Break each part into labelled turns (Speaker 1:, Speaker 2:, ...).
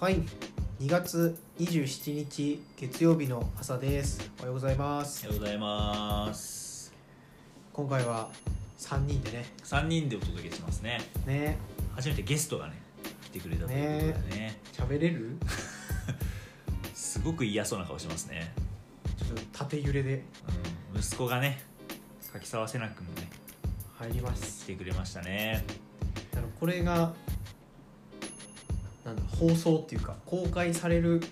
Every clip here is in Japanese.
Speaker 1: はい2月27日月曜日の朝ですおはようございます
Speaker 2: おはようございます
Speaker 1: 今回は3人でね
Speaker 2: 3人でお届けしますね
Speaker 1: ね
Speaker 2: 初めてゲストがね来てくれたということでね
Speaker 1: 喋れる
Speaker 2: すごく嫌そうな顔してますね、
Speaker 1: ちょっと縦揺れで
Speaker 2: うん、息子がね柿沢瀬名君もね
Speaker 1: 入りま
Speaker 2: 来
Speaker 1: す
Speaker 2: てくれましたね
Speaker 1: あのこれがなんだ放送っていうか公開される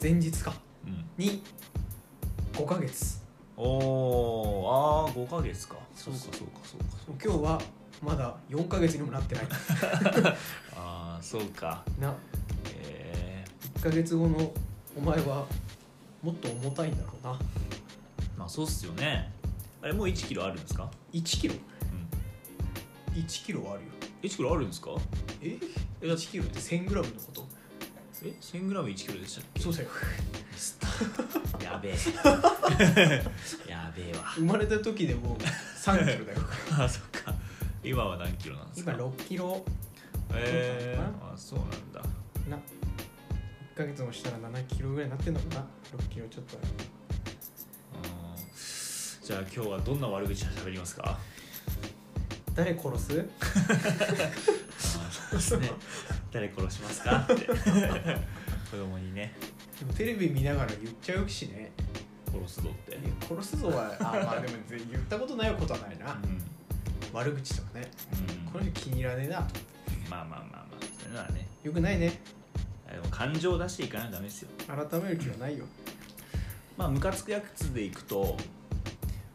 Speaker 1: 前日か
Speaker 2: うん
Speaker 1: に5ヶ月
Speaker 2: おーあー5ヶ月か
Speaker 1: そうか
Speaker 2: そうかそうかそう
Speaker 1: 今日はまだ4ヶ月にもなってない
Speaker 2: ああそうか
Speaker 1: な
Speaker 2: え
Speaker 1: 1ヶ月後のお前はもっと重たいんだろうな
Speaker 2: ー、まあそうっすよねあれもう1キロあるんですか、
Speaker 1: 1キロ
Speaker 2: うん、
Speaker 1: 1キロはあるよ
Speaker 2: 1キロあるんですか
Speaker 1: え
Speaker 2: えだって
Speaker 1: 1キロって1 0 0 0ムのこと
Speaker 2: え 1000g1 キロでしたっけ
Speaker 1: そうだよ
Speaker 2: やべえ やべえわ
Speaker 1: 生まれた時でもう3キロだよ
Speaker 2: あそっか今は何キロなんです
Speaker 1: 今
Speaker 2: か
Speaker 1: 6キロ
Speaker 2: え
Speaker 1: なの
Speaker 2: ー、あそうなんだ
Speaker 1: な1ヶ月もしたら7キロぐらいになってんのかな6キロちょっとだね
Speaker 2: うんじゃあ今日はどんな悪口を喋りますか
Speaker 1: 誰殺す
Speaker 2: そうですね誰殺しますかって子供にね
Speaker 1: でもテレビ見ながら言っちゃうしね
Speaker 2: 殺すぞって、
Speaker 1: え殺す ぞはあまあでも全言ったことないことはないな
Speaker 2: うん
Speaker 1: 悪口とかね
Speaker 2: うん
Speaker 1: この人気に入らねえなと
Speaker 2: まあまあまあまあそういうのはね
Speaker 1: よくないね
Speaker 2: あでも感情を出していかないとダメですよ
Speaker 1: 改める気はないよ
Speaker 2: まあムカつくやつでいくと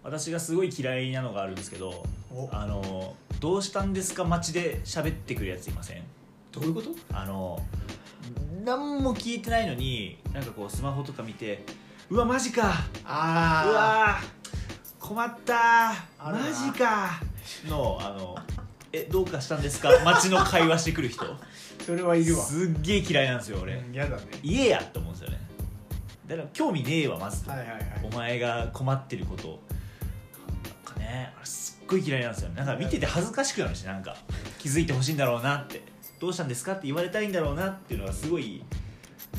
Speaker 2: 私がすごい嫌いなのがあるんですけど
Speaker 1: お
Speaker 2: あのどうしたんですか街で喋ってくるやついません
Speaker 1: どういうこと
Speaker 2: あの何も聞いてないのになんかこうスマホとか見てうわマジかう
Speaker 1: あ
Speaker 2: わー困った
Speaker 1: あ
Speaker 2: ー
Speaker 1: るな
Speaker 2: マジかのあのえどうかしたん ですか街の会話してくる人
Speaker 1: あそれはいるわ
Speaker 2: すっげえ嫌いなんですよ俺、
Speaker 1: うん嫌だね
Speaker 2: 言えやって思うんですよねだから興味ねえわまず、
Speaker 1: はいはいはい
Speaker 2: お前が困ってることなんかねあれすっごい嫌いなんですよねなんか見てて恥ずかしくなるしなんか気づいてほしいんだろうなってどうしたんですかって言われたいんだろうなっていうのがすごい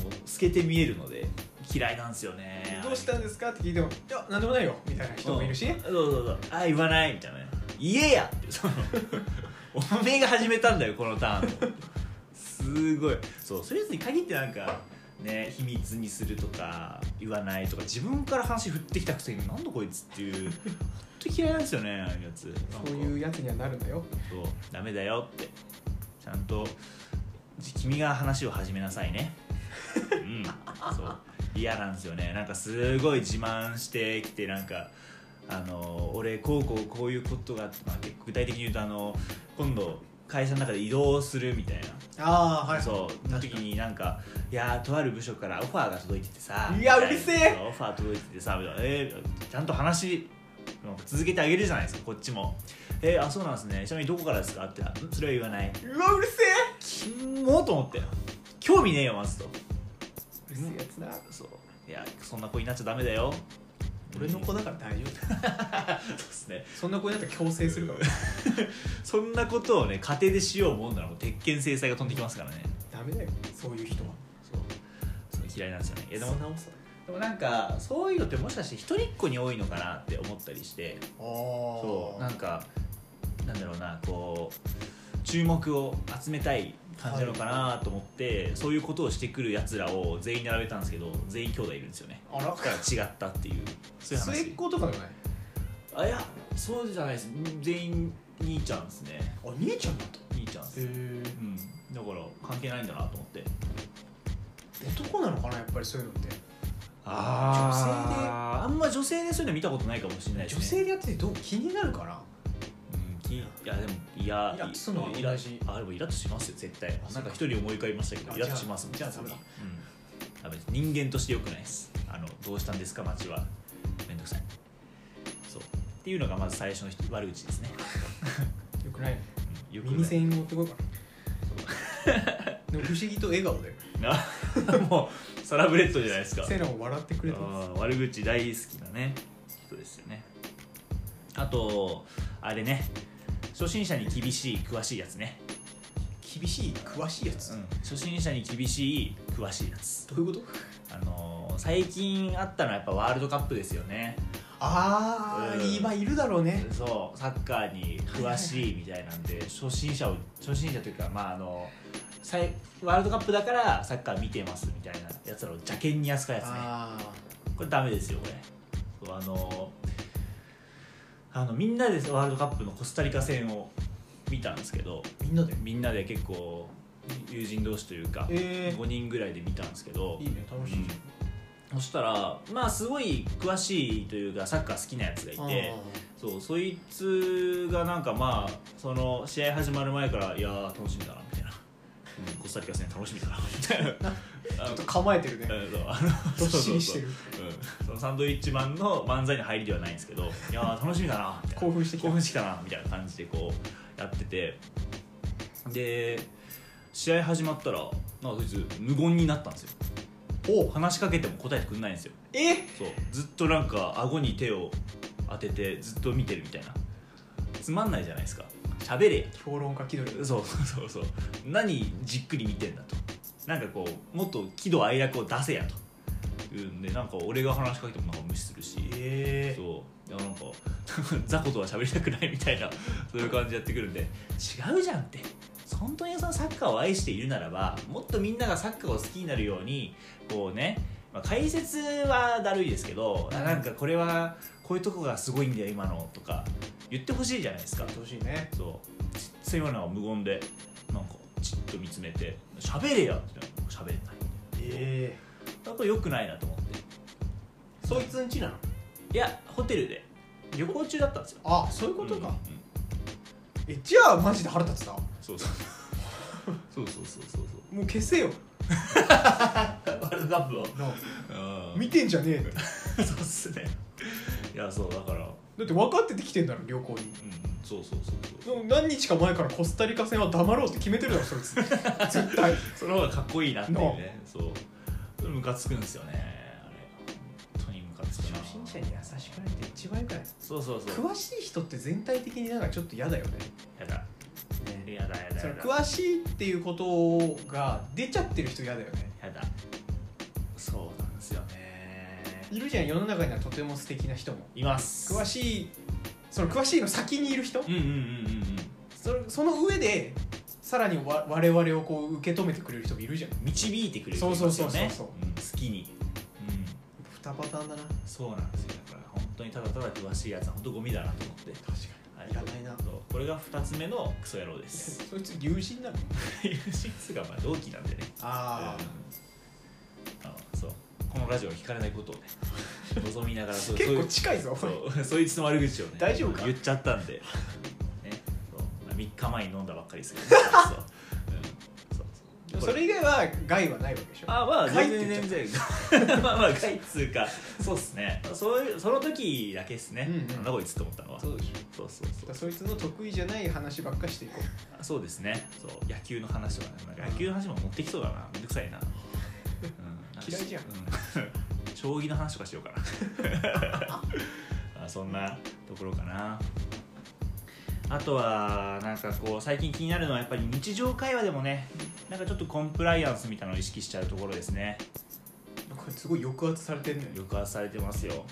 Speaker 2: もう透けて見えるので嫌いなんですよね
Speaker 1: どうしたんですかって聞いても「いや何でもないよ」みたいな人もいるし、
Speaker 2: うんそうそうそうああ言わないみたいなね言えや ってそのおめえが始めたんだよこのターンをすごいそうそういうやつに限ってなんかね秘密にするとか言わないとか自分から話振ってきたくせになんだこいつっていう本当に嫌いなんですよねああいうやつ
Speaker 1: そういううやつにはなるんだよ
Speaker 2: そうダメだよってちゃんとじ君が話を始めなさいねうんそう嫌なんですよねなんかすごい自慢してきてなんかあの俺こうこうこういうことがあって、まあ、結構具体的に言うとあの今度会社の中で移動するみたいな
Speaker 1: ああ
Speaker 2: そうの時になんか「いやーとある部署からオファーが届いててさ」
Speaker 1: いや
Speaker 2: みた
Speaker 1: うるせえ
Speaker 2: そうオファー届いててさ」みたいなえーちゃんと話なんか続けてあげるじゃないですかこっちも「えーあそうなんですねちなみにどこからですか?」ってあ「んそれは言わない」
Speaker 1: うわうるせえ
Speaker 2: キモと思って興味ねえよまずと
Speaker 1: うるせえやつだ
Speaker 2: そういやそんな子になっちゃダメだよ
Speaker 1: 俺の子
Speaker 2: だ
Speaker 1: だから大丈夫だ
Speaker 2: そうですね
Speaker 1: そんな子になったら強制するから
Speaker 2: そんなことをね家庭でしようもんならもう鉄拳制裁が飛んできますからね
Speaker 1: ダメだよそういう人は
Speaker 2: そうそう嫌いなんですよねいやでも
Speaker 1: 素直さ
Speaker 2: でもなんかそういうのってもしかして一人っ子に多いのかなって思ったりして
Speaker 1: ああ
Speaker 2: そうなんかなんだろうなこう注目を集めたい感じなのかなと思って、そういうことをしてくるやつらを全員並べたんですけど全員兄弟いるんですよね
Speaker 1: あら
Speaker 2: だから違ったっていうそういう話
Speaker 1: 末っ子とかじゃない
Speaker 2: あいやそうじゃないです全員兄ちゃんですね
Speaker 1: あ兄ちゃんだと
Speaker 2: 兄ちゃんです、
Speaker 1: へ
Speaker 2: うん、だから関係ないんだなと思って
Speaker 1: え男なのかなやっぱりそういうのって
Speaker 2: あ女性であんま女性でそういうの見たことないかもしれないです
Speaker 1: 女
Speaker 2: ね
Speaker 1: 性でやっててどう気になるかな
Speaker 2: うんきいやでもいや
Speaker 1: イラッとするのは同
Speaker 2: イラ
Speaker 1: じ
Speaker 2: あでもイラッとしますよ絶対
Speaker 1: あ
Speaker 2: なんか一人思い浮かびましたけ
Speaker 1: あ
Speaker 2: どイラッとします
Speaker 1: じゃあじゃあダメだ
Speaker 2: うん、ダメです人間として良くないですあのどうしたんですか街はめんどくさいそうっていうのがまず最初のひ悪口ですね、
Speaker 1: よくない
Speaker 2: うん、よくない
Speaker 1: 耳栓持ってこいか なでも不思議と笑顔だよ
Speaker 2: なもうサラブレッドじゃないですか
Speaker 1: セラも笑ってくれてます
Speaker 2: あー悪口大好きなね人ですよねあとあれね初心者に厳しい詳しいやつね
Speaker 1: 厳しい詳しいやつ、
Speaker 2: うん、初心者に厳しい詳しいやつ
Speaker 1: どういうこと
Speaker 2: あのー最近あったのはやっぱワールドカップですよね
Speaker 1: ああ、
Speaker 2: うん
Speaker 1: 今いるだろうね
Speaker 2: そうサッカーに詳しいみたいなんで初心者を初心者というかまああのさいワールドカップだからサッカー見てますみたいなやつらを邪険に扱うやつね
Speaker 1: あ
Speaker 2: これダメですよこれそうあのあのみんなでワールドカップのコスタリカ戦を見たんですけど
Speaker 1: あみんなで
Speaker 2: みんなで結構友人同士というか、
Speaker 1: えー
Speaker 2: 5人ぐらいで見たんですけど
Speaker 1: いいね楽しいじ
Speaker 2: そしたらまあすごい詳しいというかサッカー好きなやつがい
Speaker 1: ゃん
Speaker 2: てそうそいつがなんかまあその試合始まる前から「いやー楽しみだな」みたいな「うんコスタリカ戦楽しみだな」みたいな
Speaker 1: ちょ
Speaker 2: あの
Speaker 1: っと構えてるね
Speaker 2: うんそうあの
Speaker 1: どっしりしてる
Speaker 2: うんそのサンドイッチマンの漫才の入りではないんですけど「いやー楽しみだな」みたいな
Speaker 1: 興奮してきた
Speaker 2: 興奮してきたなみたいな感じでこうやっててで試合始まったらなんかそいつ無言になったんですよ
Speaker 1: お
Speaker 2: 話しかけても答えてくれないんですよ
Speaker 1: え
Speaker 2: そうずっとなんか顎に手を当ててずっと見てるみたいなつまんないじゃないですか喋れや
Speaker 1: 評論家気取り
Speaker 2: そうそうそうそう何じっくり見てんだとなんかこうもっと喜怒哀楽を出せやというんでなんか俺が話しかけてもなんか無視するし
Speaker 1: え
Speaker 2: そういやなんか 雑魚とは喋りたくないみたいな そういう感じやってくるんで違うじゃんって本当にそのサッカーを愛しているならばもっとみんながサッカーを好きになるようにこうね、まあ、解説はだるいですけどあなんかこれはこういうとこがすごいんだよ今のとか言ってほしいじゃないですか
Speaker 1: やってほしいね
Speaker 2: そうちっついものは無言でなんかじっと見つめて喋れやって言ったら喋れない
Speaker 1: え
Speaker 2: なんか良くないなと思って
Speaker 1: えそいつんちなの
Speaker 2: いやホテルで旅行中だったんですよ
Speaker 1: あそういうこと
Speaker 2: うん
Speaker 1: か
Speaker 2: うん
Speaker 1: えじゃあマジで腹立つな
Speaker 2: そうそうそうそうそうそうそ
Speaker 1: もう消せよ
Speaker 2: うワールドカップを
Speaker 1: なあ見
Speaker 2: 見
Speaker 1: てんじゃねえって
Speaker 2: てそうっすねいやそうだから
Speaker 1: だって分かってて来てんだろ旅行に
Speaker 2: うんそうそうそうそう
Speaker 1: でも何日か前からコスタリカ戦は黙ろうって決めてるだろそい つ絶対
Speaker 2: その方がかっこいいなっていう
Speaker 1: な
Speaker 2: ねそうそれムカつくんですよねあれ本当にムカつくな
Speaker 1: ないって一番よくない
Speaker 2: そうそうそう
Speaker 1: 詳しい人って全体的になんかちょっと嫌だよね
Speaker 2: やだやだやだ
Speaker 1: その
Speaker 2: やだ
Speaker 1: 詳しいっていうことが出ちゃってる人嫌だよね
Speaker 2: やだそうなんですよね
Speaker 1: いるじゃん世の中にはとても素敵な人も
Speaker 2: います
Speaker 1: 詳
Speaker 2: し
Speaker 1: しいその詳しいの先にいる人
Speaker 2: うんうんうんうんうん
Speaker 1: それその上でさらにわ我々をこう受け止めてくれる人もいるじゃん
Speaker 2: 導いてくれる人いますよね
Speaker 1: そうそうそうそう
Speaker 2: うん好きにうん
Speaker 1: 二パターンだな
Speaker 2: そうなんですよだから本当にただただ詳しいやつは本当ゴミだなと思って
Speaker 1: 確か
Speaker 2: あ
Speaker 1: いらないな
Speaker 2: そうこれが2つ目のクソ野郎 です
Speaker 1: そいつ友人なの
Speaker 2: 友人っつうかまあ同期なんでね
Speaker 1: あ
Speaker 2: うんあのそうこのラジオを聞かれないことをね望みながらそ
Speaker 1: あ
Speaker 2: う
Speaker 1: 結
Speaker 2: そうい
Speaker 1: 構
Speaker 2: う
Speaker 1: 近いぞ
Speaker 2: そうそいつの悪口をね
Speaker 1: 大丈夫か
Speaker 2: 言っちゃっ たんで、ねそうまあ、3日前に飲んだばっかりですけど、ねそううんそうそう
Speaker 1: それ以外は害はないわけでしょ
Speaker 2: あまあ
Speaker 1: 害
Speaker 2: 全
Speaker 1: って
Speaker 2: 然
Speaker 1: 言っ
Speaker 2: 全然 まあまあかいっつうかそうっすねそういうその時だけっすね、
Speaker 1: うんうん
Speaker 2: なんだこいつって思ったのはそう
Speaker 1: そうでしょだ
Speaker 2: そうそう
Speaker 1: からそいつの得意じゃない話ばっかしていこう
Speaker 2: あそうですねそう野球の話とかねなんか野球の話も持ってきそうだなめんどくさいな、うん
Speaker 1: 嫌いじゃん
Speaker 2: う 将棋の話とかしようかな あそんなところかなあとはなんかこう最近気になるのはやっぱり日常会話でもねなんかちょっとコンプライアンスみたいなのを意識しちゃうところですね
Speaker 1: なんかすごい抑圧されてんのよ
Speaker 2: 抑圧されてますよ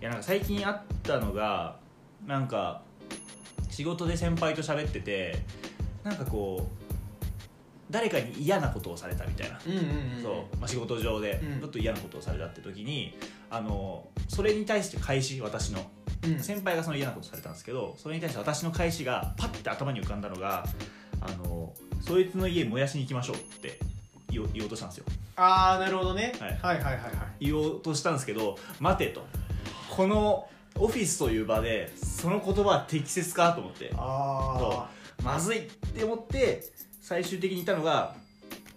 Speaker 2: いやなんか最近あったのがなんか仕事で先輩と喋っててなんかこう誰かに嫌なことをされたみたいな、
Speaker 1: うんうんうん
Speaker 2: そう、まあ、仕事上で
Speaker 1: うん
Speaker 2: ちょっと嫌なことをされたって時に、あのそれに対して返し私の
Speaker 1: うん、うん、
Speaker 2: 先輩がその嫌なことされたんですけどそれに対して私の返しがパッて頭に浮かんだのがあのそいつの家燃やしに行きましょうって言おう言おうとしたんですよ
Speaker 1: ああなるほどね、
Speaker 2: は
Speaker 1: はいい、はいはいはい
Speaker 2: 言おうとしたんですけど待てとこのオフィスという場でその言葉は適切かと思って
Speaker 1: あ
Speaker 2: まずいって思って最終的に言ったのが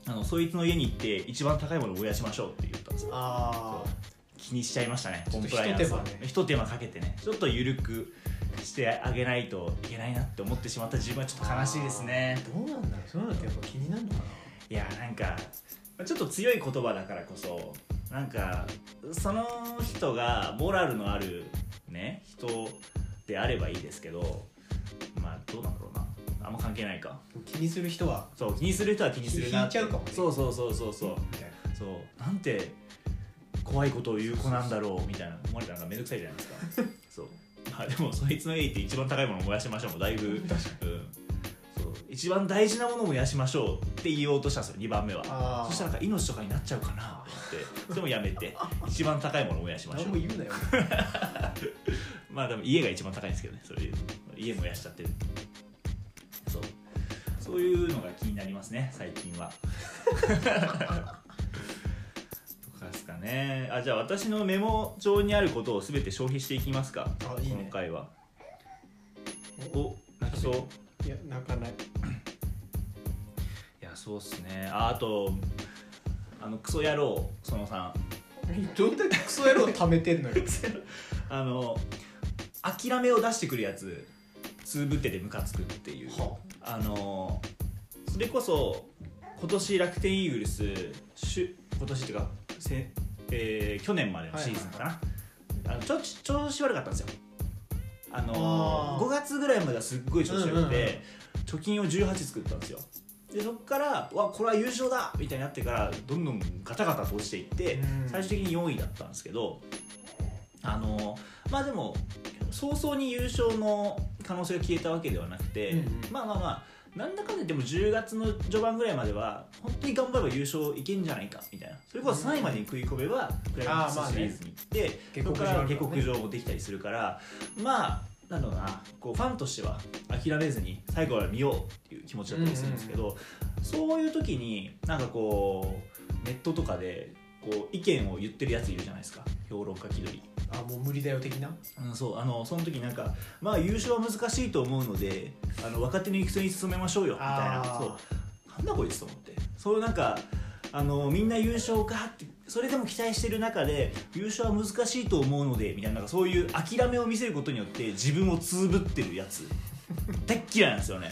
Speaker 2: あのそいつの家に行って一番高いものを燃やしましょうって言ったんですよ
Speaker 1: ああ
Speaker 2: 気にしちゃいましたね
Speaker 1: ち
Speaker 2: コ
Speaker 1: ょっ
Speaker 2: ン
Speaker 1: と
Speaker 2: プライアンスは
Speaker 1: 一手間ね
Speaker 2: ひと手間かけてねちょっと緩くしてあげないといけないなって思ってしまった自分はちょっと悲しいですね
Speaker 1: どうなんだろうそういうのってやっぱ気になるのかない
Speaker 2: やなんかちょっと強い言葉だからこそなんかその人がモラルのあるね人であればいいですけどまあどうなんだろうなあんま関係ないか
Speaker 1: 気にする人は
Speaker 2: そう気にする人は気にするなって
Speaker 1: ひ引いちゃうかもね
Speaker 2: そうそうそうそうそう
Speaker 1: みたいな
Speaker 2: そうなんて怖いことを言う子なんだろうみたいな思われたらなんか面倒くさいじゃない ですかそうまあでもそいつの家行って一番高いものを燃やしましょうもだいぶ、うん、そう一番大事なものを燃やしましょうって言おうとしたんですよ2番目は
Speaker 1: あ
Speaker 2: そしたらなんか命とかになっちゃうかなってそれもやめて一番高いものを燃やしまし
Speaker 1: 何
Speaker 2: ょ
Speaker 1: も
Speaker 2: う
Speaker 1: 言うなよ
Speaker 2: まあでも家が一番高いんですけどねそれで言うと家燃やしちゃってるそうそういうのが気になりますね最近は とかですかねあじゃあ私のメモ帳にあることを全て消費していきますか
Speaker 1: あいいね
Speaker 2: 今回は
Speaker 1: お
Speaker 2: お泣きそう
Speaker 1: いや泣かない
Speaker 2: いやそうっすねああとあのクソ野郎そのさん
Speaker 1: どんだけクソ野郎貯めて んのよ
Speaker 2: あの諦めを出してくるやつつぶっててムカつくっていう
Speaker 1: は
Speaker 2: あのそれこそ今年楽天イーグルスしゅ今年っていうかせ、えー去年までのシーズンかな、あのちょちょ調子悪かったんですよあの
Speaker 1: あー
Speaker 2: 5月ぐらいまではすっごい調子良く
Speaker 1: う
Speaker 2: て、
Speaker 1: んうんうん
Speaker 2: 貯金を18作ったんですよでそこからうわこれは優勝だみたいになってからどんどんガタガタと落ちていって、
Speaker 1: うん
Speaker 2: 最終的に4位だったんですけどあのまあでも早々に優勝の可能性が消えたわけではなくて、
Speaker 1: うんうん
Speaker 2: まあまあまあなんだかんだでも10月の序盤ぐらいまでは本当に頑張れば優勝いけんじゃないかみたいなそれこそ3位までに食い込めばクライマッ
Speaker 1: あ
Speaker 2: ク
Speaker 1: ーまあ
Speaker 2: スシ
Speaker 1: ね
Speaker 2: リーズに行って、
Speaker 1: 下
Speaker 2: そ
Speaker 1: 克
Speaker 2: こ
Speaker 1: 上
Speaker 2: から
Speaker 1: あるか
Speaker 2: 下
Speaker 1: らね
Speaker 2: 克上もできたりするからまあなんだろうなこうファンとしては諦めずに最後は見ようっていう気持ちだったりするんですけど、そういう時になんかこうネットとかでこう意見を言ってるやついるじゃないですか評論家気取り。
Speaker 1: あもう無理だよ的な
Speaker 2: うん、そうあのその時なんかまあ優勝は難しいと思うのであの若手の育成に進めましょうよみたいな
Speaker 1: あー
Speaker 2: そうなんだこいつと思ってそういうなんかあのみんな優勝かってそれでも期待してる中で優勝は難しいと思うのでみたいななんかそういう諦めを見せることによって自分をつぶってるやつ大っ嫌いなんですよね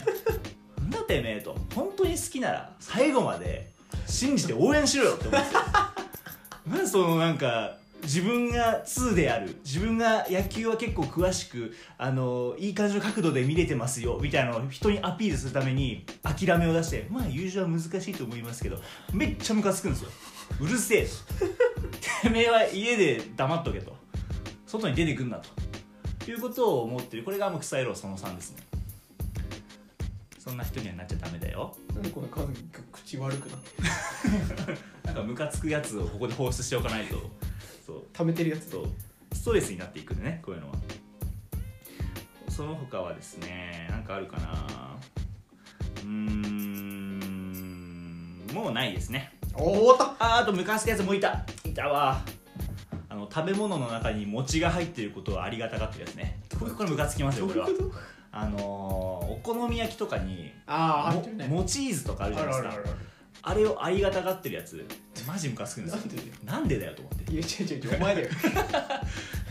Speaker 2: なんだてめえと本当に好きなら最後まで信じて応援しろよって思うんですよなんでそのなんか自分が2である自分が野球は結構詳しくあのいい感じの角度で見れてますよみたいなのを人にアピールするために諦めを出してまあ優勝は難しいと思いますけどめっちゃムカつくんですようるせえとてめえは家で黙っとけと外に出てくんなということを思ってるこれがあの草野郎その3ですねそんな人にはなっちゃダメだよ
Speaker 1: なんでこんな数が口悪くなって
Speaker 2: なんかムカつくやつをここで放出しておかないとそう
Speaker 1: 貯めてるやつ
Speaker 2: そうストレスになっていくんでねこういうのはその他はですねなんかあるかなうーんもうないですね
Speaker 1: おお終わっ
Speaker 2: あーあとムカつくやつもいたいたわあの食べ物の中に餅が入ってることをありがたがってるやつねこれこれムカつきま
Speaker 1: た
Speaker 2: すよこれは
Speaker 1: どういうこ
Speaker 2: あのーお好み焼きとかに
Speaker 1: とああ入
Speaker 2: も
Speaker 1: ってるね
Speaker 2: もチーズとかあるじゃないですかあれをありがたがってるやつマジムカつくんですよ
Speaker 1: なんでだよ
Speaker 2: なんでだよと思って
Speaker 1: いや違う違う違うお前だよ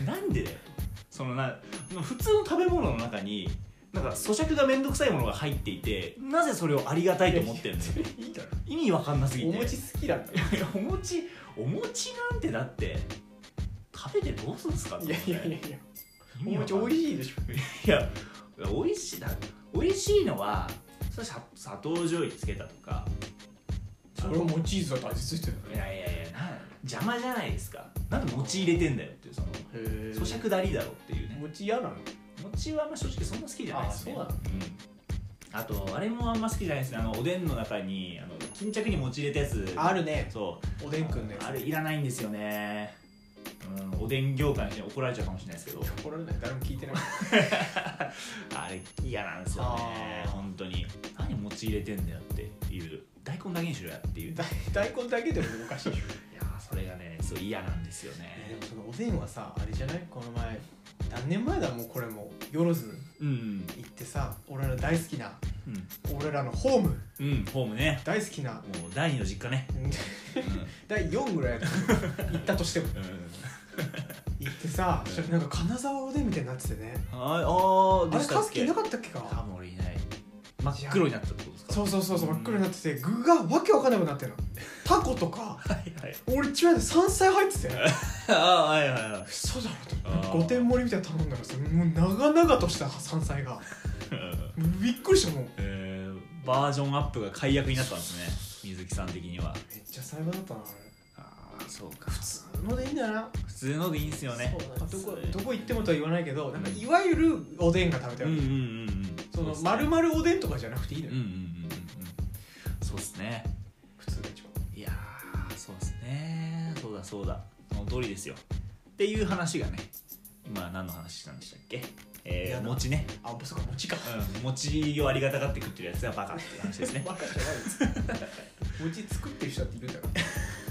Speaker 2: なんでだよそのな普通の食べ物の中になんか咀嚼が面倒くさいものが入っていてなぜそれをありがたいと思ってるのよ
Speaker 1: いいだろ
Speaker 2: 意味わかんなすぎて
Speaker 1: お餅好きなんだよ
Speaker 2: いやお餅お餅なんてだって食べてどうするんですか
Speaker 1: いやいやいやいやお餅
Speaker 2: お
Speaker 1: 美味し
Speaker 2: い
Speaker 1: いでしょ
Speaker 2: いや美味しいだ美味しいのはそれさ砂糖醤油つけたとか
Speaker 1: それはもうチーズは大切してる
Speaker 2: いやいやいやな邪魔じゃないですかなんで餅入れてんだよっていうその
Speaker 1: へ
Speaker 2: 咀嚼だりだろっていうね
Speaker 1: 餅嫌なの
Speaker 2: 餅はあんま正直そんな好きじゃないですね
Speaker 1: あそうなの
Speaker 2: うん、あとあれもあんま好きじゃないですねあのおでんの中にあの巾着に餅入れたやつ
Speaker 1: あるね
Speaker 2: そう
Speaker 1: おでんくんのやつ
Speaker 2: あれいらないんですよね、うん、おでん業界の人に怒られちゃうかもしれないですけど
Speaker 1: 怒られない誰も聞い てない
Speaker 2: あれ嫌なんですよね
Speaker 1: あー
Speaker 2: 本当に何餅入れてんだよっていう大根だけにしろやっていういや
Speaker 1: だ大根だけでもおかしいでしょ
Speaker 2: ーそれがねそう嫌なんですよ
Speaker 1: えーで
Speaker 2: ね
Speaker 1: もそのおでんはさあれじゃないこの前何年前だもうこれもよろず
Speaker 2: うん
Speaker 1: 行ってさ俺ら大好きな
Speaker 2: うん、
Speaker 1: 俺らのホーム
Speaker 2: うん、ホームね
Speaker 1: 大好きな
Speaker 2: もう第二の実家ね、
Speaker 1: うん
Speaker 2: うん
Speaker 1: 第4ぐらいだった 行ったとしても
Speaker 2: うん
Speaker 1: 行ってさそしたらなんか金沢おでんみたいになっててね
Speaker 2: はい、ああ、
Speaker 1: あ
Speaker 2: で
Speaker 1: れ
Speaker 2: した
Speaker 1: カ
Speaker 2: っ
Speaker 1: スキ
Speaker 2: け
Speaker 1: いなかったっけ
Speaker 2: 多
Speaker 1: か
Speaker 2: 分俺いない。真っ黒になったってことですか。
Speaker 1: そうそうそうそう
Speaker 2: うん
Speaker 1: 真っ黒になってて具がわけわかんなくなってるのタコとか
Speaker 2: はいはい。
Speaker 1: 俺一番で山菜入ってて
Speaker 2: ああ、はいはい はい。
Speaker 1: 嘘だろ
Speaker 2: あ
Speaker 1: と
Speaker 2: ー
Speaker 1: 五点盛りみたいなの頼んだらさもう長々とした山菜が
Speaker 2: うん
Speaker 1: びっくりしたもん
Speaker 2: えバージョンアップが解約になったんですね水木さん的には
Speaker 1: めっちゃ最後だったなあ
Speaker 2: ああそうか普通
Speaker 1: れ普通のでいいんだよな
Speaker 2: 普通のでいいんすよね
Speaker 1: そうなんですどこ
Speaker 2: 普通
Speaker 1: どこ行ってもとは言わないけどなんかいわゆるおでんが食べた
Speaker 2: う
Speaker 1: い
Speaker 2: ん
Speaker 1: わ
Speaker 2: うん
Speaker 1: け、
Speaker 2: うんうん
Speaker 1: その
Speaker 2: うっすね
Speaker 1: 丸々おでんとかじゃなくていいの
Speaker 2: う
Speaker 1: よ、
Speaker 2: んうんうんうんうんそうっすね
Speaker 1: 普通が一番
Speaker 2: いやーそうですねそうだそうだその通りですよっていう話がね今何の話したんでしたっけ
Speaker 1: い
Speaker 2: え
Speaker 1: や
Speaker 2: ー、
Speaker 1: な
Speaker 2: 餅ね
Speaker 1: あそうか餅か
Speaker 2: うん餅をありがたがって食ってるやつはバカっていう話ですね
Speaker 1: バカじゃないです餅作ってる人だっているん だから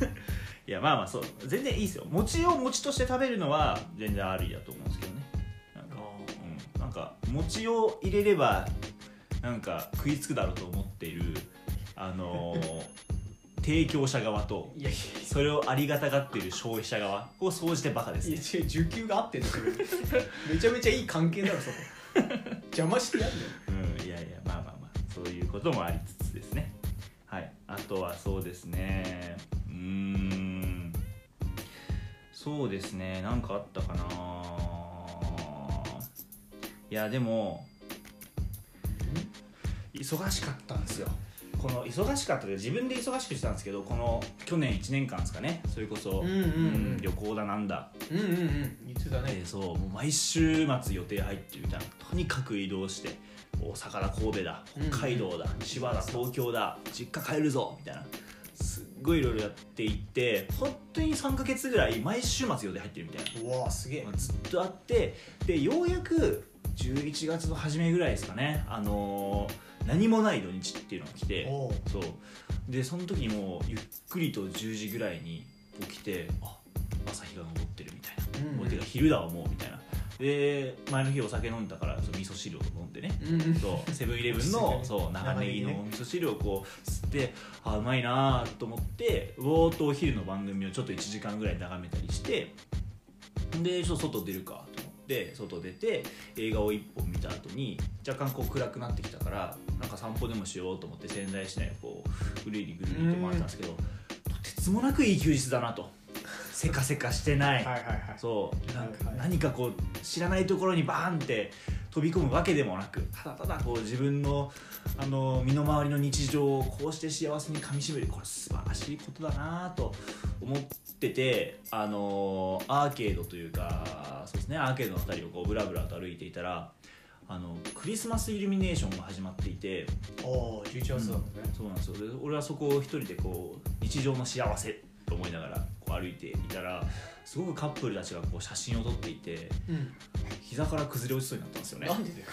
Speaker 2: いやまあまあそう全然いいですよ餅を餅として食べるのは全然ありだと思うんですけどねなんかうん、なんか餅を入れればなんか食いつくだろうと思っているあのー提供者側と
Speaker 1: いやい
Speaker 2: それをありがたがっている消費者側を総じてバカで
Speaker 1: や
Speaker 2: す
Speaker 1: いや
Speaker 2: ね
Speaker 1: 違う受給があってんだけどめちゃめちゃいい関係だろそこ邪魔してやんだよ
Speaker 2: うんいやいやまあまあまあそういうこともありつつですねはいあとはそうですねうーんそうですねなんかあったかないやでも忙しかったんですよこの忙しかったで自分で忙しくしてたんですけどこの去年1年間ですかねそれこそ、
Speaker 1: うんうんうん
Speaker 2: ん旅行だなんだ
Speaker 1: うんうんうん言ってたね
Speaker 2: えーそうもう毎週末予定入ってるみたいなとにかく移動して大阪だ神戸だ北海道だ、千葉だ東京だ実家帰るぞみたいなすっごいいろいろやっていって本当に3ヶ月ぐらい毎週末予定入ってるみたいな
Speaker 1: うわすげえ
Speaker 2: まあずっとあってでようやく11月の初めぐらいですかねあのー何もない土日っていうのが来て
Speaker 1: おう
Speaker 2: そうでその時にもうゆっくりと10時ぐらいに起きてあ朝日が昇ってるみたいな、
Speaker 1: うん
Speaker 2: もうてか昼だわもうみたいなで前の日お酒飲んだからそう味噌汁を飲んでね
Speaker 1: うんうん
Speaker 2: そうセブンイレブン
Speaker 1: 落ち着いて
Speaker 2: の
Speaker 1: ね
Speaker 2: そう長ネギの
Speaker 1: 長ネギね
Speaker 2: お味噌汁をこう吸ってあうまいなと思ってぼーっとお昼の番組をちょっと1時間ぐらい眺めたりしてでちょっと外出るかと思って外出て映画を1本見た後に若干こう暗くなってきたからなんか散歩でもしようと思って仙台市内をこうぐるりぐるりと回ってたんですけどとてつもなくいい休日だなとせかせかしてない
Speaker 1: はいはいはい
Speaker 2: そうなんか
Speaker 1: はいはい
Speaker 2: 何かこう知らないところにバーンって飛び込むわけでもなくただただこう自分のあの身の回りの日常をこうして幸せにかみしめるこれ素晴らしいことだなと思っててあのアーケードというかそうですねアーケードの辺りをこうブラブラと歩いていたらあのクリスマスイルミネーションが始まっていて
Speaker 1: おお11月だもんね
Speaker 2: そうなんですよで俺はそこを一人でこう日常の幸せと思いながらこう歩いていたらすごくカップルたちがこう写真を撮っていて
Speaker 1: うん
Speaker 2: 膝から崩れ落ちそうになったんですよね
Speaker 1: なんでだよ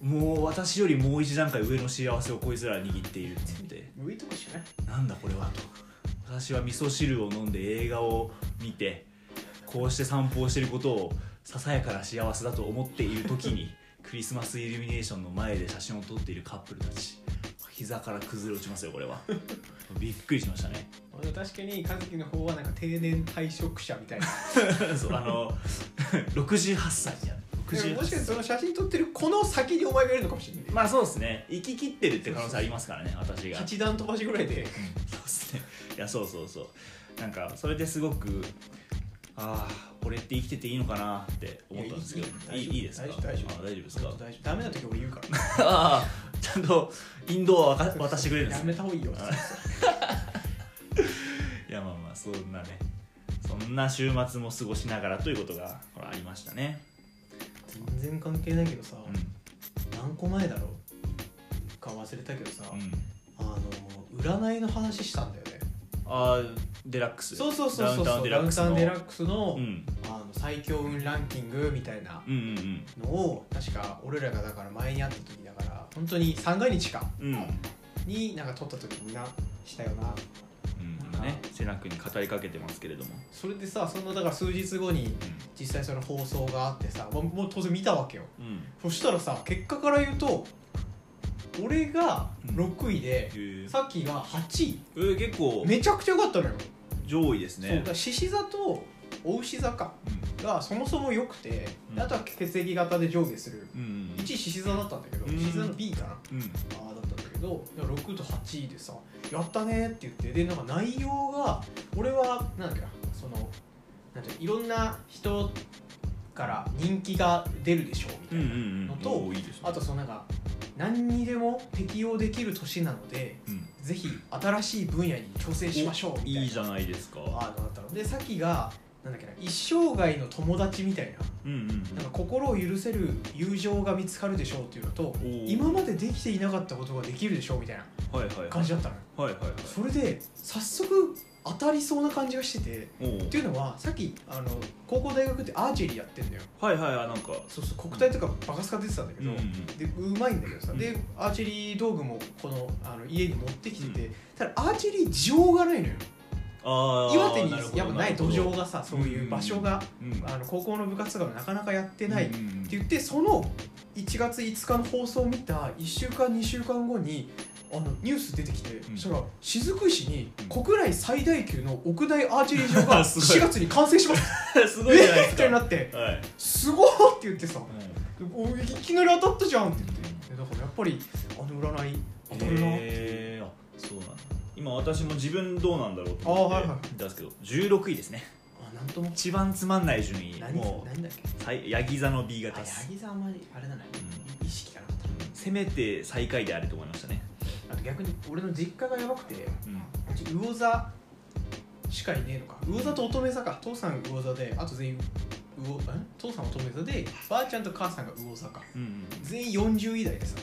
Speaker 2: もう私よりもう一段階上の幸せをこいつらは握っているって言って
Speaker 1: 上とかしない
Speaker 2: なんだこれはと私は味噌汁を飲んで映画を見てこうして散歩をしていることをささやかな幸せだと思っている時 にクリスマスイルミネーションの前で写真を撮っているカップルたち膝から崩れ落ちますよこ れはびっくりしましたね
Speaker 1: 俺確かに和樹の方はなんか定年退職者みたいな
Speaker 2: そうあの 68歳じゃん
Speaker 1: でももしかして
Speaker 2: 歳
Speaker 1: その写真撮ってるこの先にお前がいるのかもしれない
Speaker 2: まあそうですね生き切ってるって可能性ありますからね私が
Speaker 1: 八段飛ばしぐらいで
Speaker 2: そうですねいやそうそうそうなんかそれですごくああ俺って生きてていいのかなって思ったんですけど
Speaker 1: いやい
Speaker 2: い
Speaker 1: い
Speaker 2: いいいですか
Speaker 1: 大丈夫大丈夫
Speaker 2: あ大丈夫ですか
Speaker 1: 大丈夫ダメな時俺言うから
Speaker 2: ああちゃんとインドアはわか渡してくれるんで
Speaker 1: や
Speaker 2: す
Speaker 1: め
Speaker 2: ね
Speaker 1: た方がいいよ
Speaker 2: あいやまあまあそんなねそんな週末も過ごしながらということがほらありましたね
Speaker 1: 全然関係ないけどさ、
Speaker 2: う
Speaker 1: 何個前だろうか忘れたけどさ、
Speaker 2: ん、うん、
Speaker 1: あの占いの話したんだよね
Speaker 2: ああデラックス
Speaker 1: そうそうそうそう
Speaker 2: ダウンタウンデ
Speaker 1: ダ
Speaker 2: ラ
Speaker 1: ウ
Speaker 2: ッ
Speaker 1: ン
Speaker 2: クス
Speaker 1: タウ
Speaker 2: の
Speaker 1: ンデラックスの,、
Speaker 2: うん
Speaker 1: あの最強運ランキングみたいな
Speaker 2: うんうん
Speaker 1: のを確か俺らがだから前に会った時だから本当に三が日か
Speaker 2: うんうん
Speaker 1: になんか撮った時になしたよな
Speaker 2: うん今ね瀬名君に語りかけてますけれども、
Speaker 1: それでさそのだから数日後に実際その放送があってさ、まあもう当然見たわけよ
Speaker 2: うんうん、
Speaker 1: そしたらさ結果から言うと俺が6位で
Speaker 2: え、ー
Speaker 1: さっきが8位
Speaker 2: えー結構
Speaker 1: めちゃくちゃ良かったのよ、
Speaker 2: 上位です
Speaker 1: そうだ
Speaker 2: ね
Speaker 1: から獅子座とお牛座かがそもそも良くて、
Speaker 2: うん
Speaker 1: あとは血液型で上下する
Speaker 2: うんう
Speaker 1: 1
Speaker 2: ん
Speaker 1: 位獅子座だったんだけど
Speaker 2: うん
Speaker 1: 獅子座の B かな
Speaker 2: うんうん
Speaker 1: あーだったんだけどだから6と8位でさ「やったね」って言ってでなんか内容が俺はなんだっけなそのなんていうのいろんな人から人気が出るでしょうみた
Speaker 2: う
Speaker 1: いな、
Speaker 2: んうんうん
Speaker 1: のと
Speaker 2: おーいいですね
Speaker 1: あとそのなんか何にでも適応できる年なので
Speaker 2: うん
Speaker 1: ぜひ新しい分野に挑戦しましょうみたい
Speaker 2: い
Speaker 1: ない
Speaker 2: じゃないですか
Speaker 1: ワードだったのでさっきがなんだっけな一生涯の友達みたいな
Speaker 2: うんうんうん
Speaker 1: なんか心を許せる友情が見つかるでしょうっていうのと
Speaker 2: おー
Speaker 1: 今までできていなかったことができるでしょうみたいな
Speaker 2: はいはいはい
Speaker 1: 感じだったのよ
Speaker 2: はいはいはい
Speaker 1: それで早速当たりそうな感じがしてて
Speaker 2: おう
Speaker 1: っていうのはさっきあの高校大学ってアーチェリーやってんだよ
Speaker 2: はいはいはいなんか
Speaker 1: そうそう国体とかバカスカ出てたんだけ
Speaker 2: うん
Speaker 1: ど、
Speaker 2: うんうん
Speaker 1: でうまいんだけどさ、
Speaker 2: うん
Speaker 1: でアーチェリー道具もこのあの家に持ってきてて、ただアーチェリー場がないのよ
Speaker 2: あー
Speaker 1: 岩手
Speaker 2: るほ
Speaker 1: に
Speaker 2: ど
Speaker 1: やっぱない土
Speaker 2: る
Speaker 1: 壌
Speaker 2: ほ
Speaker 1: がさそういう場所が、
Speaker 2: どうん
Speaker 1: あの高校の部活とかもなかなかやってない、
Speaker 2: うん
Speaker 1: って
Speaker 2: うんうん
Speaker 1: 言ってその1月5日の放送を見た1週間2週間後にあのニュース出てきて、
Speaker 2: ん
Speaker 1: そしたら雫石に
Speaker 2: うん
Speaker 1: 国内最大級の屋内アーチェリー場が
Speaker 2: すごい
Speaker 1: 4月に完成しました
Speaker 2: す
Speaker 1: え
Speaker 2: ごいじゃないで
Speaker 1: ー
Speaker 2: す
Speaker 1: み
Speaker 2: か
Speaker 1: たいになって
Speaker 2: はい
Speaker 1: すごいって言ってさおいきなり当たったじゃんって言ってでだからやっぱりあの占い当たるなっていう、
Speaker 2: えーあそうなんだ今私も自分どうなんだろうと
Speaker 1: あー
Speaker 2: 思
Speaker 1: はいは
Speaker 2: って見たんですけど16位ですね
Speaker 1: あなんとも
Speaker 2: 一番つまんない順位
Speaker 1: 何
Speaker 2: も
Speaker 1: 何だっけ
Speaker 2: うさいヤギ座の B
Speaker 1: あ
Speaker 2: 型
Speaker 1: ヤ
Speaker 2: です
Speaker 1: ギさんあんまりあれだね、意識がなかった
Speaker 2: せめて最下位であれと思いましたね
Speaker 1: あと逆に俺の実家がやばくて
Speaker 2: うん
Speaker 1: うち魚座しかいねえのか魚座と乙女座か父さん魚座であと全員魚ん父さん乙女座でばあちゃんと母さんが魚座か
Speaker 2: うんうん
Speaker 1: 全員40位台 でさ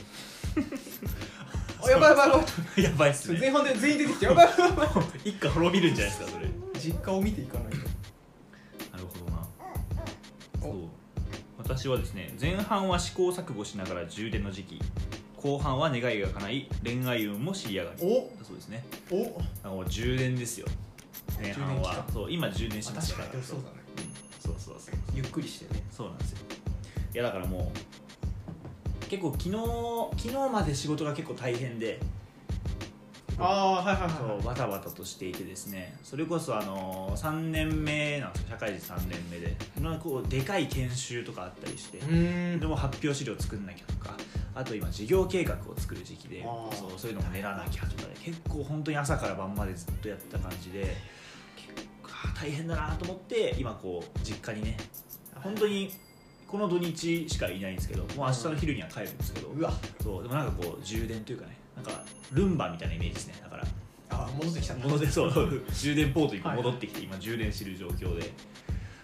Speaker 1: あやばいやばいやばい
Speaker 2: うん やばいっす
Speaker 1: 前
Speaker 2: ね
Speaker 1: 半で全員出てきてやばいやばいやばい
Speaker 2: 一家滅びるんじゃないですかそれな
Speaker 1: 実家を見ていかないと
Speaker 2: るほどなそ
Speaker 1: お
Speaker 2: う私はですね前半は試行錯誤しながら充電の時期後半は願いが叶い恋愛運も知り上がり
Speaker 1: お
Speaker 2: だそうですね
Speaker 1: お
Speaker 2: あもう充電ですよ前半
Speaker 1: 充電
Speaker 2: は
Speaker 1: 期間
Speaker 2: そう今充電しまし
Speaker 1: 確
Speaker 2: た
Speaker 1: か
Speaker 2: から
Speaker 1: にそうだね
Speaker 2: そうそうそう
Speaker 1: ゆっくりしてね
Speaker 2: そうなんですよいやだからもう結構昨日昨日まで仕事が結構大変で
Speaker 1: ああはいはい
Speaker 2: そうバタバタとしていてですねそれこそあの3年目なんですよ社会人3年目でなんかこうでかい研修とかあったりして
Speaker 1: うーん
Speaker 2: でも発表資料作んなきゃとかあと今事業計画を作る時期で
Speaker 1: あー
Speaker 2: そうそういうのも練らなきゃとかで結構本当に朝から晩までずっとやってた感じで結構あー大変だなと思って今こう実家にね本当にこの土日しかいないんですけどもう明日の昼には帰るんですけど、
Speaker 1: うわ
Speaker 2: そうでもなんかこう充電というかねなんかルンバみたいなイメージですねだから
Speaker 1: あ戻ってきたんだ
Speaker 2: 戻ってそう充電ポートに
Speaker 1: はい
Speaker 2: 戻ってきて今充電してる状況で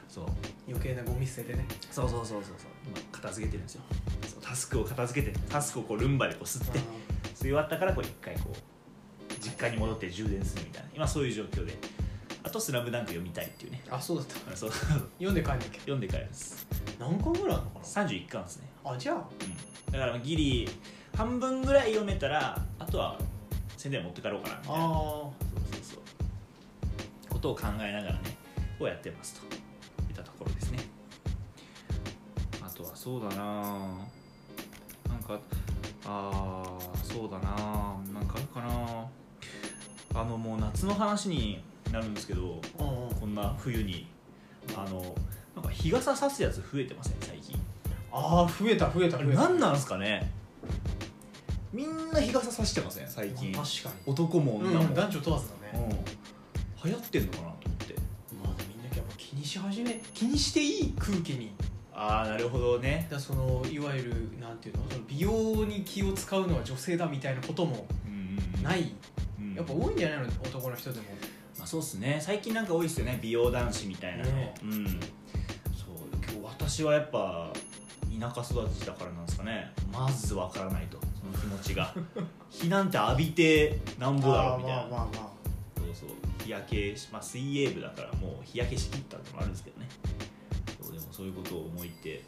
Speaker 2: そう
Speaker 1: 余計なゴミ捨ててね
Speaker 2: そうそうそうそうそう今片付けてるんですよそうタスクを片付けてタスクをこうルンバでこう吸って吸い終わったからこう一回こう実家に戻って充電するみたいな今そういう状況であと「スラムダンク読みたいっていうね
Speaker 1: あそうだった
Speaker 2: あそう
Speaker 1: 読んで帰んなきゃ
Speaker 2: 読んで帰ります
Speaker 1: 何巻ぐらいあるのか
Speaker 2: 31巻ですね
Speaker 1: なあじゃあ
Speaker 2: うんだからギリ半分ぐらい読めたらあとは宣伝持って帰ろうかなみたいな
Speaker 1: あ
Speaker 2: そうそうそうことを考えながらねをやってますといったところですねあとはそうだなあなんかあーそうだなあなんかあるかなあのもう夏の話になるんですけど
Speaker 1: あうんうん
Speaker 2: こんな冬にあのなんか日傘さすやつ増えてません最近
Speaker 1: あー増えた増えた
Speaker 2: あ
Speaker 1: 増
Speaker 2: れ
Speaker 1: えた
Speaker 2: 何なんすかねみんな日傘さしてません最近
Speaker 1: まあ確か
Speaker 2: 男も
Speaker 1: に
Speaker 2: 女も、
Speaker 1: うん男女問わずだね
Speaker 2: うん、流行ってんのかなと思って
Speaker 1: まあでもみんなやっぱ気にし始め気にしていい空気に
Speaker 2: ああなるほどね
Speaker 1: だ、からそのいわゆるなんていうのその美容に気を使うのは女性だみたいなことも
Speaker 2: うんうん、、
Speaker 1: ないいやっぱ多いんじゃないの男の人でも
Speaker 2: まあ、そうっすね最近なんか多いっすよね美容男子みたいなの、
Speaker 1: ね
Speaker 2: うんそう今日私はやっぱ田舎育ちだからなんですかねまずわからないとその気持ち が日なんて浴びてなんぼだろうみたいな、
Speaker 1: あーまあまあま
Speaker 2: そうそう日焼けし、まあ、水泳部だからもう日焼けしきったってのもあるんですけどねそうでもそういうことを思いって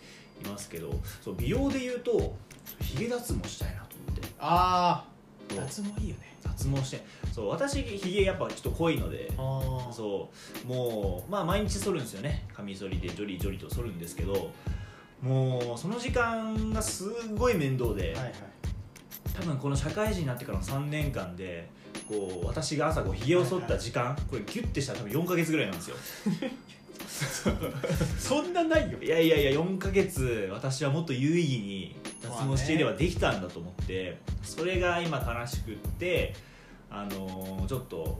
Speaker 2: いますけどそう美容で言うとひげ脱毛したいなと思って
Speaker 1: ああー
Speaker 2: そう
Speaker 1: 夏もいいよね
Speaker 2: 脱毛してそう私ひげやっぱちょっと濃いので
Speaker 1: ああ
Speaker 2: そうもうまあ毎日剃るんですよねカミソリでジョリジョリと剃るんですけどもうその時間がすごい面倒で、
Speaker 1: はいはい
Speaker 2: 多分この社会人になってからの3年間でこう私が朝こうひげを剃った時間、これギュッてしたら多分4か月ぐらいな んですよ
Speaker 1: そんなないよ
Speaker 2: いやいやいや4か月私はもっと有意義に脱毛していればできたんだと思って、それが今悲しくってあのーちょっと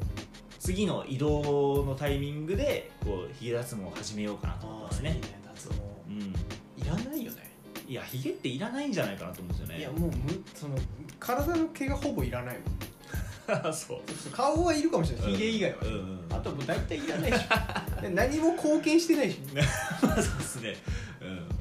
Speaker 2: 次の移動のタイミングでこうひげ脱毛を始めようかなと思
Speaker 1: あ
Speaker 2: ってま
Speaker 1: あ
Speaker 2: す
Speaker 1: いいね
Speaker 2: ね
Speaker 1: 脱毛
Speaker 2: うん
Speaker 1: いらないよね
Speaker 2: いやヒゲっていらないんじゃないかなと思うんですよ
Speaker 1: いや
Speaker 2: ね
Speaker 1: もうむその体の毛がほぼいらないもん
Speaker 2: そう
Speaker 1: 顔はいるかもしれないヒゲ以外は、
Speaker 2: うんうんうん
Speaker 1: あともう大体いらないでしょ で何も貢献して ないでしょ
Speaker 2: まあそうですねうんいやでも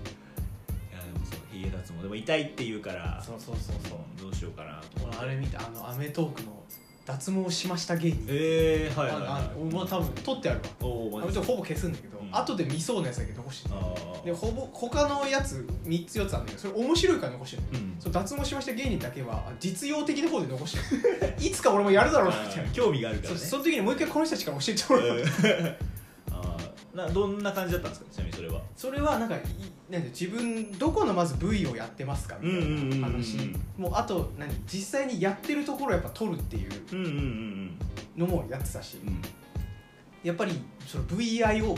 Speaker 2: そうヒゲ脱毛でも痛いって言うから
Speaker 1: そうそうそうそう
Speaker 2: うんどうしようかなと思って
Speaker 1: 俺あれ見たあの『アメトーーク』の脱毛しました芸人、
Speaker 2: えー、はいはい、
Speaker 1: あ
Speaker 2: はい、
Speaker 1: の俺も多分撮ってあるわ
Speaker 2: おお
Speaker 1: あ
Speaker 2: マ
Speaker 1: の
Speaker 2: ジ
Speaker 1: 人
Speaker 2: で
Speaker 1: ほぼ消すんだけど、
Speaker 2: うん
Speaker 1: 後で見そうなやつだけ残してる
Speaker 2: あー
Speaker 1: でほぼ他のやつ3つ4つあるんだけどそれ面白いから残してる
Speaker 2: うん
Speaker 1: そう脱毛しました芸人だけはあ実用的な方で残してる いつか俺もやるだろうなみたいな
Speaker 2: あー興味があるから
Speaker 1: そ
Speaker 2: ね
Speaker 1: その時にもう一回この人たちから教えてもらう、
Speaker 2: あーなどんな感じだったんですかちなみにそれは
Speaker 1: それはなんかいなんて自分どこのまず部位をやってますかみた
Speaker 2: うんうんうんう
Speaker 1: い
Speaker 2: ん
Speaker 1: な話もうあと何実際にやってるところをやっぱ撮るっていう
Speaker 2: うんうんうん
Speaker 1: のもやってたし
Speaker 2: うんうん
Speaker 1: やっぱりその VIO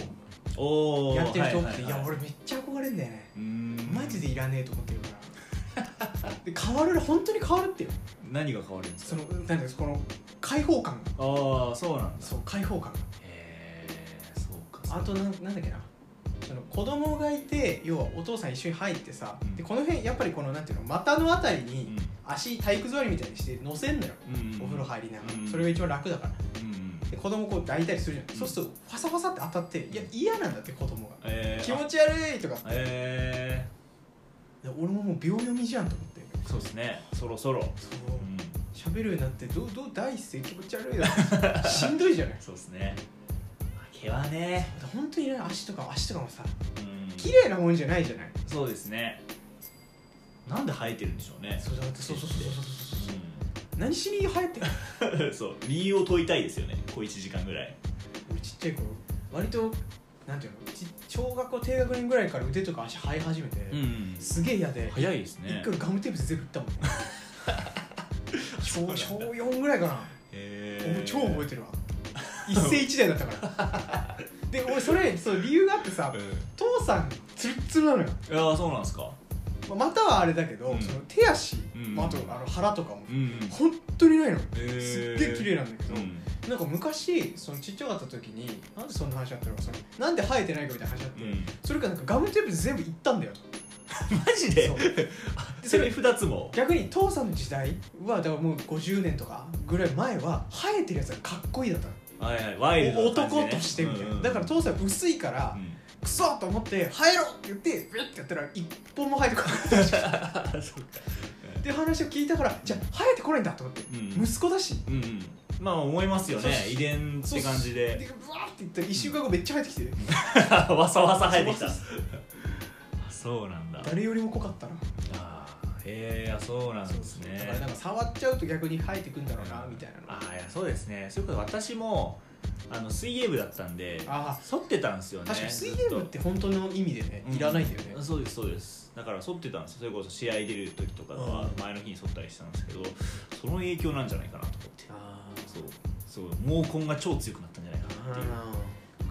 Speaker 2: おお
Speaker 1: やってる人多くて、
Speaker 2: はいいはいはい
Speaker 1: や俺めっちゃ憧れんだよね
Speaker 2: うーん
Speaker 1: マジでいらねえと思ってるから で変わる本当に変わるってよ
Speaker 2: 何が変わるんです
Speaker 1: そ
Speaker 2: か
Speaker 1: の何ていうんですかこの開放感が
Speaker 2: ああそうなんだ
Speaker 1: そう開放感が
Speaker 2: へえそうか
Speaker 1: あとなんなんだっけなその子供がいて要はお父さん一緒に入ってさ、
Speaker 2: うん
Speaker 1: でこの辺やっぱりこのなんていうの股のあたり
Speaker 2: う
Speaker 1: に
Speaker 2: ん
Speaker 1: 足体育座りみたいにして乗せんのよ、
Speaker 2: うんうん
Speaker 1: お風呂入りながら、
Speaker 2: うん
Speaker 1: それが一番楽だから
Speaker 2: うんうん
Speaker 1: で子供こう抱いたりするじゃん、
Speaker 2: うん
Speaker 1: そうするとファサファサって当たっていや嫌なんだって子供が、
Speaker 2: えー、
Speaker 1: 気持ち悪いとか
Speaker 2: あえ
Speaker 1: で俺ももう秒読みじゃんと思って
Speaker 2: ー、そうですねそろそろ
Speaker 1: そう
Speaker 2: うん
Speaker 1: 喋るようになってどうどう第一声気持ち悪いだ しんどいじゃない
Speaker 2: そうですね毛はね
Speaker 1: 本当にね足とか足とかもさ
Speaker 2: うん
Speaker 1: 綺麗なもんじゃないじゃない
Speaker 2: そうですねなんで生えてるんでしょうね
Speaker 1: そうだってそうそうそうそうそうそう
Speaker 2: う
Speaker 1: 何しに流行ってる
Speaker 2: ん そう理由を問いたいですよね小1時間ぐらい
Speaker 1: 俺ちっちゃい頃割となんていうのち小学校低学年ぐらいから腕とか足生え始めて、
Speaker 2: ん
Speaker 1: すげえ嫌で
Speaker 2: 早いです
Speaker 1: 一回ガムテープで全部打ったもんね 小小4ぐらいかな、
Speaker 2: へえ
Speaker 1: 超覚えてるわ一世一代だったから で俺それそう理由があってさ父さんツルッツルなのよ
Speaker 2: うん、ああそうなんですか
Speaker 1: まあまたはあれだけど、
Speaker 2: うん
Speaker 1: その手足、
Speaker 2: うん
Speaker 1: まあ、あとあの腹とかも、
Speaker 2: うんうん
Speaker 1: 本当にないの、
Speaker 2: へー
Speaker 1: すっげえ綺麗なんだけど、
Speaker 2: うん
Speaker 1: なんか昔そのちっちゃかった時になんでそんな話あったのかそのなんで生えてないかみたいな話あって、
Speaker 2: うん
Speaker 1: それからなんかガムテープで全部いったんだよと
Speaker 2: マジで
Speaker 1: そうでそ
Speaker 2: セ
Speaker 1: れ
Speaker 2: リフ脱毛
Speaker 1: 逆に父さんの時代はだからもう50年とかぐらい前は生えてるやつがかっこいいだったの
Speaker 2: はいはいワイルドな感じで
Speaker 1: 男
Speaker 2: ね
Speaker 1: としてみたいな、
Speaker 2: うんうん
Speaker 1: だから父さん薄いから、 クソと思って「生えろ!」って言ってビュッてやったら一本も生えてこない
Speaker 2: うんそうか
Speaker 1: っていう話を聞いたからじゃあ生えてこないんだと思って、
Speaker 2: うん
Speaker 1: 息子だし
Speaker 2: うんうんまあ思いますよ
Speaker 1: そう
Speaker 2: ね遺伝って感じ
Speaker 1: で
Speaker 2: で
Speaker 1: ブワーっていったら1週間後めっちゃ生えてきて
Speaker 2: わさわさ生えてきた
Speaker 1: そう
Speaker 2: あそうなんだ
Speaker 1: 誰よりも濃かったな
Speaker 2: あーへえあそうなんです
Speaker 1: だから
Speaker 2: ね
Speaker 1: なんか触っちゃうと逆に生えてくんだろうな
Speaker 2: うん
Speaker 1: みたいなの
Speaker 2: あーいやそうですねそういうこと私もあの水泳部だったんで
Speaker 1: あ
Speaker 2: 剃ってたんですよ
Speaker 1: あ
Speaker 2: ね
Speaker 1: 確かに水泳部って本当の意味でね
Speaker 2: ずっと
Speaker 1: いらないんだよね
Speaker 2: うそうですそうですだから剃ってたんですよそれこそ試合出る時とか
Speaker 1: う
Speaker 2: は
Speaker 1: ん
Speaker 2: 前の日に剃ったりしたんですけどその影響なんじゃないかなと思って
Speaker 1: あ
Speaker 2: そうそう毛根が超強くなったんじゃないかなっていう
Speaker 1: あ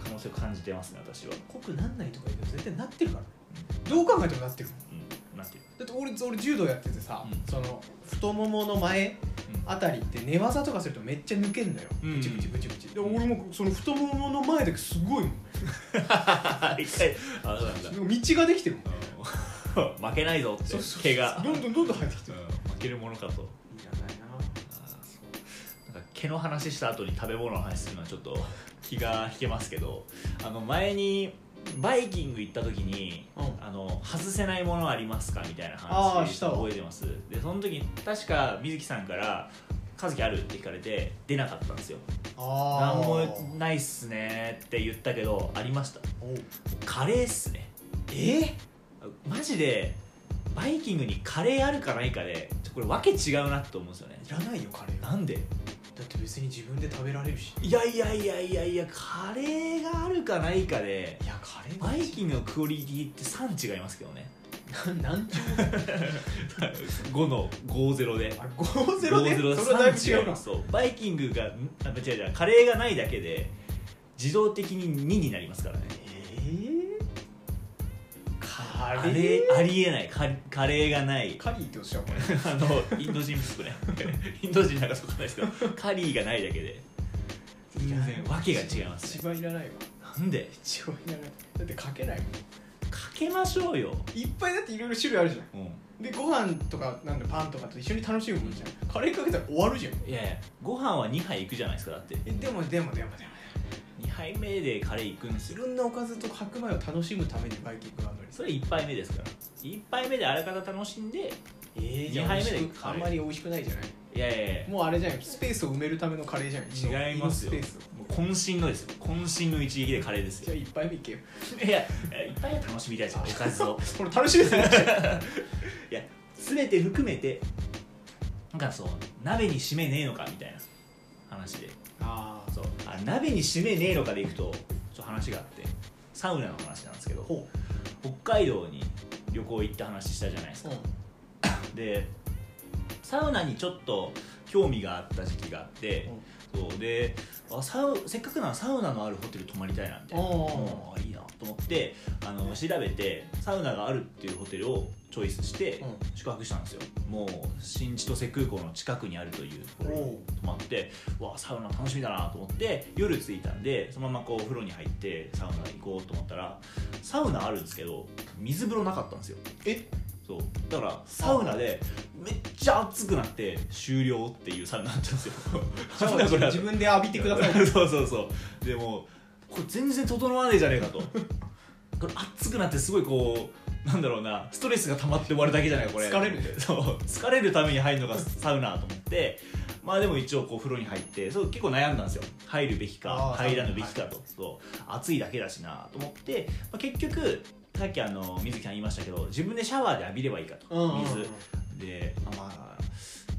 Speaker 2: 可能性を感じてますね私は、
Speaker 1: 濃くなんないとか言うけど絶対なってるからどう考えてもなってる
Speaker 2: うん、なんていう
Speaker 1: だって俺俺柔道やっててさ、
Speaker 2: うん
Speaker 1: その太ももの前
Speaker 2: の
Speaker 1: あたりって寝技とかするとめっちゃ抜けんだよ、
Speaker 2: うん
Speaker 1: ブチブチブチブチで俺もその太ももの前だけすごいもん
Speaker 2: うん一回あそうなんだ
Speaker 1: 道ができてるもん
Speaker 2: うん 負けないぞって毛が
Speaker 1: どんどんどんどん生えてきてる
Speaker 2: うん負けるもの
Speaker 1: い
Speaker 2: かと
Speaker 1: らないな
Speaker 2: なんか毛の話した後に食べ物の話するのはちょっと気が引けますけどあの前にバイキング行った時に、
Speaker 1: うん
Speaker 2: あの外せないものありますかみたいな
Speaker 1: あー
Speaker 2: 話
Speaker 1: したわ
Speaker 2: 覚えてますでその時に確か水木さんから「和樹ある?」って聞かれて出なかったんですよ「
Speaker 1: あ
Speaker 2: 何もないっすね」って言ったけどありましたカレーっすね
Speaker 1: え
Speaker 2: マジでバイキングにカレーあるかないかでちょこれわけ違うなと思うんですよね
Speaker 1: いらないよカレーだ
Speaker 2: なんで
Speaker 1: って別に自分で食べられるし
Speaker 2: いやいやいやいやいやカレーがあるかないかで
Speaker 1: いやカレー
Speaker 2: バイキングのクオリティって3違いますけどね
Speaker 1: ンなんちゅう
Speaker 2: 5の50で
Speaker 1: あれ50で
Speaker 2: 50
Speaker 1: それはだいぶ違う
Speaker 2: 3
Speaker 1: な
Speaker 2: そうバイキングがんあ違う違うカレーがないだけで自動的に2になりますからね
Speaker 1: え
Speaker 2: カ
Speaker 1: カ
Speaker 2: レ
Speaker 1: レ
Speaker 2: ーありえないカカレーがな
Speaker 1: ー
Speaker 2: い
Speaker 1: カリーっておっしゃる
Speaker 2: あのインド人っぽ くねインド人なんかそうかんないですけどカリーがないだけで全然わけが違います
Speaker 1: 一
Speaker 2: ね
Speaker 1: 番いらないわ
Speaker 2: なんで
Speaker 1: 一番いらないだってかけないもん
Speaker 2: かけましょうよ、
Speaker 1: いっぱいだっていろいろ種類あるじゃん
Speaker 2: うん、
Speaker 1: でご飯とかなんだパンとかと一緒に楽しむもんじゃんカレーかけたら終わるじゃん
Speaker 2: いやいやご飯は2杯いくじゃないですかだって
Speaker 1: えでもでもでもでも
Speaker 2: 2杯目でカレーいくんです
Speaker 1: い
Speaker 2: よ
Speaker 1: ろんなおかずと白米を楽しむためにバイキングがあるのに
Speaker 2: それ1杯目ですから1杯目であらかた楽しんで
Speaker 1: えー
Speaker 2: 二杯目で
Speaker 1: 美味しくあんまり美味しくないじゃない
Speaker 2: いやいやいや
Speaker 1: もうあれじゃんスペースを埋めるためのカレーじゃん
Speaker 2: 違いますよ
Speaker 1: 胃のスペースを
Speaker 2: もう渾身のですよ渾身の一撃でカレーです
Speaker 1: じゃ
Speaker 2: よ
Speaker 1: あ一杯目いけよ
Speaker 2: いやいやいっぱいは楽しみたいじゃんおかずを
Speaker 1: これ楽しいですね
Speaker 2: いや全て含めてなんかそう鍋に締めねえのかみたいな話で
Speaker 1: ああ
Speaker 2: そうあ鍋に締めねえのかでいくとちょっと話があってサウナの話なんですけど
Speaker 1: ほ
Speaker 2: 北海道に旅行行った話したじゃないです
Speaker 1: う
Speaker 2: か、でサウナにちょっと興味があった時期があって、そうであサウせっかくならサウナのあるホテル泊まりたいなみたいな
Speaker 1: おー
Speaker 2: もういいなと思ってあの調べてサウナがあるっていうホテルをチョイスして
Speaker 1: うん
Speaker 2: 宿泊したんですよ、もう新千歳空港の近くにあるというところに泊まってわあサウナ楽しみだなと思って夜着いたんでそのままこうお風呂に入ってサウナ行こうと思ったらサウナあるんですけど水風呂なかったんですよ
Speaker 1: え
Speaker 2: そうだからサウナでめっちゃ熱くなって終了っていうサウナだったんですよ
Speaker 1: じゃ
Speaker 2: なん だこれ
Speaker 1: あ自分で浴びてくだ さい
Speaker 2: そうそうそうでもこれ全然整わねえじゃねえかとこれ熱くなってすごいこうなんだろうなストレスが溜まって終わるだけじゃないこれ
Speaker 1: 疲れる
Speaker 2: そう疲れるために入るのがサウナと思ってまあでも一応こう風呂に入ってそう結構悩んだんですよ入るべきか
Speaker 1: あー
Speaker 2: 入らぬべきかとそう暑いだけだしなと思って、まあ、結局さっきあの水木さん言いましたけど自分でシャワーで浴びればいいかと、
Speaker 1: うんうんうん
Speaker 2: 水であまあ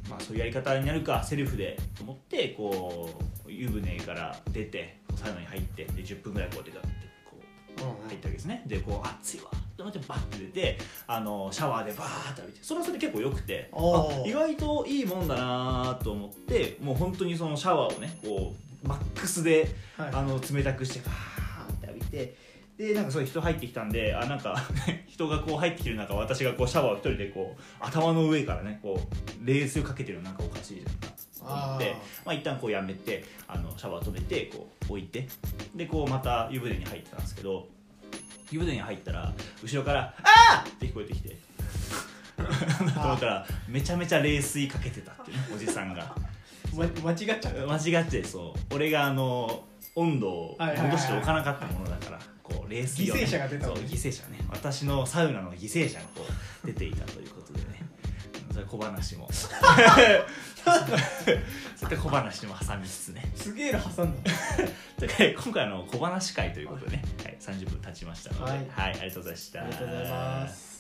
Speaker 2: まあそういうやり方になるかセルフでと思ってこう湯船から出てサウナに入ってで10分ぐらいこう出たってこう
Speaker 1: うん
Speaker 2: 入ったわけですねでこう暑いわと思ってバッて出てあのシャワーでバーって浴びてそれはそれで結構よくて
Speaker 1: おー
Speaker 2: あ意外といいもんだなと思ってもう本当にそのシャワーをねこうマックスで
Speaker 1: はい
Speaker 2: あの冷たくしてガーって浴びてでなんかそういう人入ってきたんであなんか 人がこう入ってきてる中私がこうシャワーを一人でこう頭の上からねこうレースかけてるのなんかおかしいじゃんかと思って
Speaker 1: あ
Speaker 2: まあ一旦こうやめてあのシャワー止めてこう置いてでこうまた湯船に入ってたんですけど湯船に入ったら後ろから「あー!」って聞こえてき てなんだと思ったらめちゃめちゃ冷水かけてたっていうねおじさん が。
Speaker 1: ま間違っちゃった
Speaker 2: 間違ってそう俺があの温度を戻しておかなかったものだからこう冷水を、ね、
Speaker 1: 犠牲者が出た
Speaker 2: そ
Speaker 1: の
Speaker 2: う
Speaker 1: ね
Speaker 2: 犠牲者ね私のサウナの犠牲者がこう出ていたということでねうんそれ小 話も そういった小話も挟みつつね
Speaker 1: すげえの挟んだ
Speaker 2: ということで 今回あの小話会ということでね、はい、30分経ちましたので、は
Speaker 1: はいい
Speaker 2: ありがとうございました
Speaker 1: ありがとうございます